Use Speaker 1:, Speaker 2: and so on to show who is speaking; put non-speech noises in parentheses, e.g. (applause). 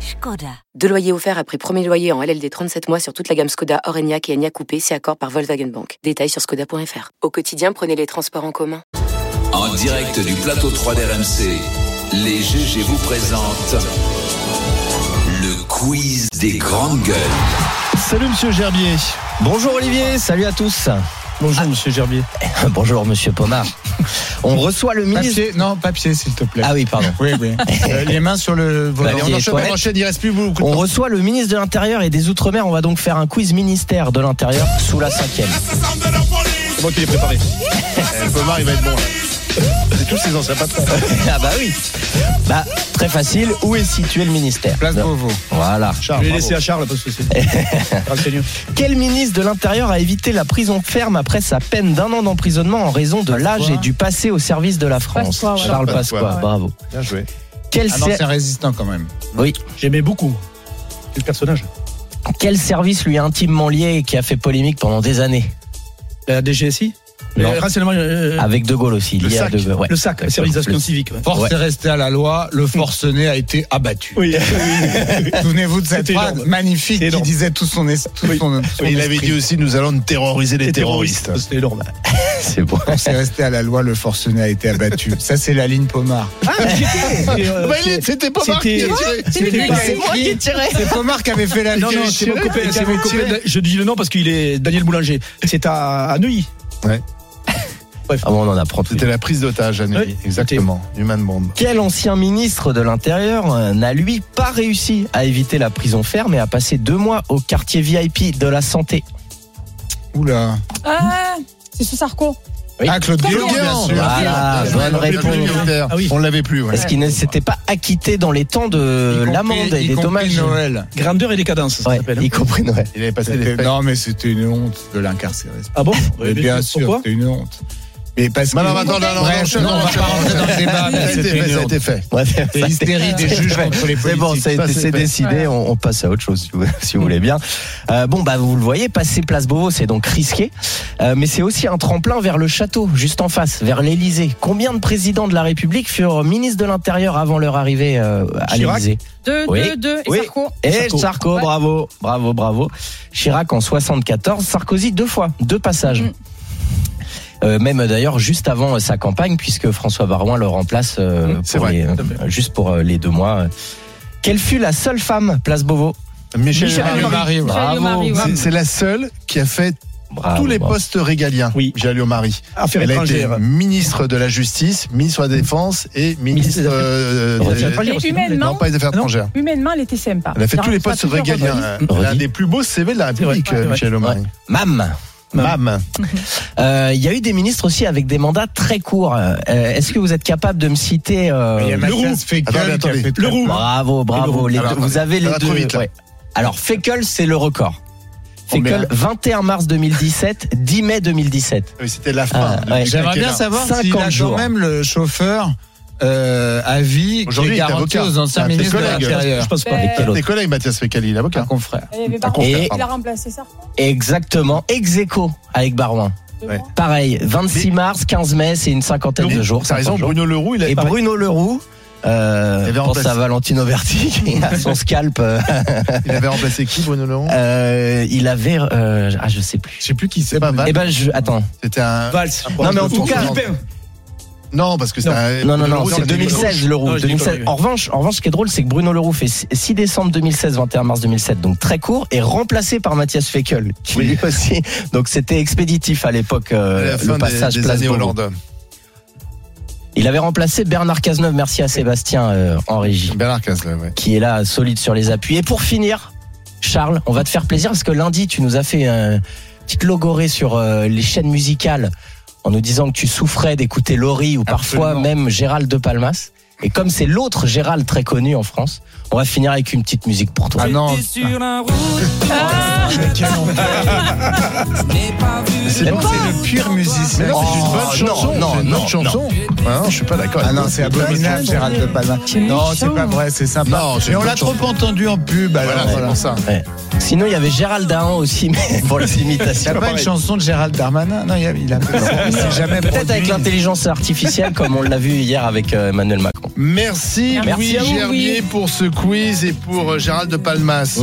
Speaker 1: Skoda.
Speaker 2: Deux loyers offerts après premier loyer en LLD 37 mois sur toute la gamme Skoda, Orenia et Enya Coupé, c'est accord par Volkswagen Bank. Détails sur skoda.fr. Au quotidien, prenez les transports en commun.
Speaker 3: En direct du plateau 3 d'RMC, les GG vous présentent le quiz des grandes gueules.
Speaker 4: Salut Monsieur Gerbier.
Speaker 5: Bonjour Olivier, salut à tous. Ah,
Speaker 4: Bonjour Monsieur Gerbier.
Speaker 5: (laughs) Bonjour Monsieur Pomard. On reçoit le ministre.
Speaker 4: Papier, non, papier s'il te plaît.
Speaker 5: Ah oui, (laughs) pardon.
Speaker 4: Oui, oui. Euh, les mains sur le volant.
Speaker 5: Papier
Speaker 4: on
Speaker 5: et
Speaker 4: enchaîne,
Speaker 5: toilette.
Speaker 4: on enchaîne, il reste plus beaucoup.
Speaker 5: On
Speaker 4: de temps.
Speaker 5: reçoit le ministre de l'Intérieur et des Outre-mer. On va donc faire un quiz ministère de l'Intérieur sous la cinquième. (laughs)
Speaker 4: C'est moi qui l'ai
Speaker 6: (laughs)
Speaker 4: préparé. Euh, Pomar, il va être bon. là. C'est tous ces anciens patrons.
Speaker 5: Ah bah oui. Bah très facile. Où est situé le ministère
Speaker 4: Place
Speaker 5: Non.
Speaker 4: Beauvau.
Speaker 5: Voilà.
Speaker 4: Charles, je vais laisser à Charles parce que c'est. Renseigne-nous.
Speaker 5: Quel ministre de l'Intérieur a évité la prison ferme après sa peine d'un an d'emprisonnement en raison de l'âge et du passé au service de la France
Speaker 7: Pasqua, ouais.
Speaker 5: Charles Pasqua.
Speaker 4: Pasqua, ouais.
Speaker 5: Bravo.
Speaker 4: Bien joué.
Speaker 5: Quel,
Speaker 4: Un
Speaker 5: ser-
Speaker 4: ancien Ah résistant quand même.
Speaker 5: Oui.
Speaker 4: J'aimais beaucoup le personnage.
Speaker 5: Quel service lui est intimement lié et qui a fait polémique pendant des années
Speaker 6: La DGSI
Speaker 5: Non. Ah,
Speaker 6: Euh, rationnement, euh,
Speaker 5: Avec De Gaulle aussi.
Speaker 6: le,
Speaker 5: lié à
Speaker 6: sac,
Speaker 5: De Gaulle. Ouais.
Speaker 6: le sac,
Speaker 5: Exactement.
Speaker 6: service d'action
Speaker 5: Le-
Speaker 6: civique. ouais.
Speaker 5: Force Ouais.
Speaker 4: est restée à la loi, le forcené a été abattu.
Speaker 6: Oui,
Speaker 4: Souvenez-vous de cette
Speaker 6: C'était
Speaker 4: phrase
Speaker 6: énorme.
Speaker 4: magnifique
Speaker 6: C'était
Speaker 4: qui
Speaker 6: énorme.
Speaker 4: disait tout son, es- tout
Speaker 6: Oui.
Speaker 4: son, son
Speaker 8: il avait
Speaker 4: esprit.
Speaker 8: dit aussi nous allons terroriser les terroristes.
Speaker 6: C'était énorme.
Speaker 5: c'est bon.
Speaker 4: C'est resté à la loi, le forcené a été abattu. Ça, c'est la ligne Pomar.
Speaker 6: Et, euh,
Speaker 8: Bah, il est- c'était pas marqué.
Speaker 6: C'était- c'était pas-
Speaker 4: C'est moi qui tirais. C'est Pomar qui avait fait la
Speaker 6: Non,
Speaker 4: qui
Speaker 6: non,
Speaker 4: avait
Speaker 6: c'est
Speaker 4: tiré,
Speaker 6: mon copain,
Speaker 4: qui
Speaker 6: c'est
Speaker 4: avait
Speaker 6: mon
Speaker 4: tiré.
Speaker 6: copain. Je dis le nom parce qu'il est Daniel Boulanger. C'est à, à Neuilly.
Speaker 5: Ah bon, on en apprend tout.
Speaker 8: C'était la prise d'otage à Neuilly.
Speaker 6: Oui.
Speaker 8: Exactement. Human Bomb.
Speaker 5: Quel ancien ministre de l'Intérieur euh, n'a lui pas réussi à éviter la prison ferme et a passé deux mois au quartier VIP de la santé
Speaker 4: Oula.
Speaker 7: Ah, c'est sous Sarko.
Speaker 5: Oui.
Speaker 4: Ah, Claude
Speaker 7: Claude
Speaker 4: Guéant, bien
Speaker 8: Guéant.
Speaker 4: sûr.
Speaker 5: Voilà,
Speaker 4: Bien sûr.
Speaker 5: bonne
Speaker 4: On l'avait
Speaker 5: réponse.
Speaker 4: plus, hein.
Speaker 6: Ah oui.
Speaker 8: On l'avait plus. ouais.
Speaker 5: Parce qu'il ne s'était pas acquitté dans les temps
Speaker 4: Y
Speaker 5: de
Speaker 4: compris-
Speaker 5: l'amende et
Speaker 4: y
Speaker 5: des
Speaker 4: compris
Speaker 5: dommages.
Speaker 4: Noël.
Speaker 6: Grandeur et décadence, ça
Speaker 5: Ouais,
Speaker 6: s'appelle. hein.
Speaker 5: y compris Noël.
Speaker 8: Il avait passé des
Speaker 4: C'était-
Speaker 8: feuilles.
Speaker 4: Non, mais c'était une honte de l'incarcérer.
Speaker 6: Ah bon
Speaker 4: Mais
Speaker 6: Oui,
Speaker 4: bien
Speaker 6: mais
Speaker 4: sûr,
Speaker 6: Pourquoi
Speaker 4: c'était une honte. Mais parce que.
Speaker 8: Mais non, mais attends, non, non,
Speaker 4: Bref,
Speaker 8: enchaîne,
Speaker 4: non, on va
Speaker 8: enchaîne.
Speaker 4: pas rentrer dans le débat,
Speaker 8: Ça a
Speaker 4: mais
Speaker 8: été
Speaker 4: c'était
Speaker 8: fait,
Speaker 4: une
Speaker 8: ça a
Speaker 4: honte.
Speaker 8: été fait.
Speaker 5: Ouais, ça
Speaker 4: C'est
Speaker 5: a été-
Speaker 4: l'hystérie des juges contre les
Speaker 5: C'est bon,
Speaker 4: politiques.
Speaker 5: ça a
Speaker 8: ça,
Speaker 5: été-
Speaker 8: c'est
Speaker 5: c'est
Speaker 8: fait.
Speaker 5: décidé, on, on passe à autre chose si vous, (laughs) si vous voulez bien. Euh, bon, bah vous le voyez, passer Place Beauvau, c'est donc risqué, Euh, mais c'est aussi un tremplin vers le château, juste en face, vers l'Élysée. Combien de présidents de la République furent ministres de l'Intérieur avant leur arrivée euh, à
Speaker 6: Chirac
Speaker 5: l'Élysée
Speaker 7: Deux,
Speaker 5: Oui.
Speaker 7: deux, deux. Et
Speaker 5: Oui.
Speaker 7: Sarko.
Speaker 5: Et
Speaker 6: Sarko.
Speaker 5: Sarko, bravo, bravo, bravo. Chirac en 74, Sarkozy deux fois, deux passages.
Speaker 7: Mhm.
Speaker 5: Euh, même d'ailleurs juste avant euh, sa campagne, puisque François Barouin le remplace euh,
Speaker 8: Mm, c'est
Speaker 5: pour
Speaker 8: vrai,
Speaker 5: les-
Speaker 8: tout à fait.
Speaker 5: euh, juste pour euh, les deux mois. euh. Quelle fut la seule femme, Place Beauvau
Speaker 8: Michel
Speaker 5: Michel
Speaker 8: Alliot
Speaker 4: Alliot-Marie,
Speaker 8: Marie.
Speaker 7: Michel Alliot-Marie,
Speaker 5: Bravo.
Speaker 7: ouais.
Speaker 8: C'est- C'est la seule qui a fait
Speaker 5: Bravo,
Speaker 8: tous les
Speaker 5: bravo.
Speaker 8: postes régaliens.
Speaker 6: Oui.
Speaker 8: Jalio Marie.
Speaker 6: Affaires
Speaker 8: Elle a été
Speaker 6: étrangères.
Speaker 8: ministre de la Justice, ministre de la Défense et ministre.
Speaker 6: des Affaires-
Speaker 8: euh,
Speaker 5: Des
Speaker 8: des-
Speaker 5: Affaires
Speaker 7: Mais humainement,
Speaker 8: Non, pas des affaires
Speaker 6: Non.
Speaker 8: étrangères.
Speaker 7: humainement, elle était sympa.
Speaker 8: Elle a fait
Speaker 7: Non,
Speaker 8: tous les
Speaker 7: pas
Speaker 8: postes
Speaker 7: toujours reconnu.
Speaker 8: régaliens. hein.
Speaker 5: Redis.
Speaker 8: L'un des plus beaux CV de la
Speaker 6: C'est vrai,
Speaker 8: République,
Speaker 6: ouais, ouais.
Speaker 8: Michel Omari.
Speaker 5: Mam.
Speaker 8: Mam.
Speaker 5: Euh, Il y a eu des ministres aussi avec des mandats très courts. Euh, Est-ce que vous êtes capable de me citer euh,
Speaker 4: Il y a
Speaker 6: Leroux.
Speaker 4: Mathias Fécule qui
Speaker 8: Attendez,
Speaker 4: a
Speaker 8: attendez.
Speaker 4: fait très
Speaker 6: Leroux.
Speaker 4: mal.
Speaker 5: Bravo, bravo. Les
Speaker 8: Alors,
Speaker 5: deux-
Speaker 8: attendez,
Speaker 5: vous avez
Speaker 8: ça
Speaker 5: les
Speaker 8: va
Speaker 5: deux.
Speaker 8: trop vite, là.
Speaker 5: ouais. Alors, Fekel, c'est le record.
Speaker 8: Oh, mais-
Speaker 5: Fekel, 21 mars 2017, 10 mai 2017.
Speaker 8: Oui, C'était la fin.
Speaker 5: Ah,
Speaker 8: du
Speaker 5: ouais.
Speaker 4: J'aimerais bien
Speaker 8: quinquennat.
Speaker 4: savoir
Speaker 5: 50
Speaker 4: s'il a quand
Speaker 5: jours.
Speaker 4: même le chauffeur euh, à vie qui
Speaker 8: Aujourd'hui,
Speaker 4: est
Speaker 8: il est
Speaker 4: garanti
Speaker 8: avocat.
Speaker 4: aux
Speaker 8: C'est
Speaker 4: anciens
Speaker 8: un
Speaker 4: ministres de
Speaker 8: collègue.
Speaker 4: l'Intérieur.
Speaker 6: Je pense pas.
Speaker 7: Ben,
Speaker 5: Et quel autre
Speaker 8: Tes collègues, Mathias Fekali, l'avocat.
Speaker 4: Un confrère.
Speaker 7: Elle avait
Speaker 8: Un
Speaker 7: pas-
Speaker 8: confrère,
Speaker 5: Et-
Speaker 7: Il
Speaker 8: pardon.
Speaker 7: a remplacé Sarko.
Speaker 5: Exactement. Execo avec Barouin.
Speaker 7: deux
Speaker 8: Ouais.
Speaker 7: mois.
Speaker 5: Pareil, 26 mars, 15 mai, c'est une cinquantaine de jours.
Speaker 8: T'as
Speaker 5: 50
Speaker 8: raison,
Speaker 5: jours.
Speaker 8: Bruno Leroux, il a
Speaker 5: Et Bruno Leroux.
Speaker 8: Il
Speaker 5: Euh,
Speaker 8: avait
Speaker 5: pense
Speaker 8: remplacé.
Speaker 5: à Valentino Verti (laughs) qui a son scalp. euh,
Speaker 8: Il avait remplacé qui, Bruno Leroux
Speaker 5: euh, il avait euh, ah je sais plus.
Speaker 8: Je sais plus qui c'est. Pas mal.
Speaker 5: Eh ben je attends.
Speaker 8: C'était un.
Speaker 6: Valls.
Speaker 8: Non, mais en tout cas-
Speaker 6: Villepin.
Speaker 8: Non, parce que c'était
Speaker 6: Non.
Speaker 8: un.
Speaker 5: Non non non,
Speaker 8: Leroux,
Speaker 5: c'est
Speaker 8: c'était
Speaker 5: 2016 Leroux.
Speaker 6: Non, je dis
Speaker 5: 2016.
Speaker 6: conneries.
Speaker 5: En revanche, en revanche, ce qui est drôle, c'est que Bruno Leroux fait 6 décembre 2016, 21 mars 2007, donc très court, et remplacé par Mathias Fekel, qui
Speaker 8: Oui.
Speaker 5: lui aussi. (laughs) Donc c'était expéditif à l'époque
Speaker 8: à
Speaker 5: euh,
Speaker 8: La
Speaker 5: le
Speaker 8: fin
Speaker 5: passage
Speaker 8: des, des
Speaker 5: place
Speaker 8: années
Speaker 5: Beauvau.
Speaker 8: Hollande.
Speaker 5: Il avait remplacé Bernard Cazeneuve. Merci à Sébastien euh, en régie.
Speaker 8: Bernard Cazeneuve, ouais.
Speaker 5: qui est là solide sur les appuis. Et pour finir, Charles, on va te faire plaisir parce que lundi, tu nous as fait une petite logorée sur euh, les chaînes musicales en nous disant que tu souffrais d'écouter Laurie ou parfois
Speaker 8: Absolument.
Speaker 5: même Gérald de Palmas. Et comme c'est l'autre Gérald très connu en France, on va finir avec une petite musique pour toi.
Speaker 8: Ah non, c'est
Speaker 5: T'aimes
Speaker 8: donc
Speaker 5: pas
Speaker 8: c'est le pire musicien.
Speaker 5: non, c'est juste
Speaker 8: c'est
Speaker 5: bonne
Speaker 8: une bonne
Speaker 5: chanson,
Speaker 8: chanson.
Speaker 5: c'est une bonne chanson.
Speaker 8: Ah non, je suis pas d'accord.
Speaker 4: Ah non, c'est abominable, Gérald de Palma. Non, c'est pas vrai, c'est sympa.
Speaker 8: Non, c'est
Speaker 4: Mais on
Speaker 8: une
Speaker 4: l'a trop
Speaker 8: chanson.
Speaker 4: entendu en pub, alors
Speaker 8: Voilà, c'est
Speaker 4: voilà.
Speaker 8: pour ça.
Speaker 5: Sinon, il y avait Gérald Dahan aussi, mais (laughs) pour les
Speaker 4: Il
Speaker 5: imitations.
Speaker 4: n'y a pas une chanson de Gérald Darmanin Non, il y a, il a il s'est jamais
Speaker 5: Peut-être avec
Speaker 4: produit.
Speaker 5: l'intelligence artificielle, comme on l'a vu hier avec euh, Emmanuel Macron.
Speaker 8: Merci,
Speaker 5: Merci
Speaker 8: Louis
Speaker 5: à vous,
Speaker 8: Gerbier pour ce quiz et pour euh, Gérald de Palmas.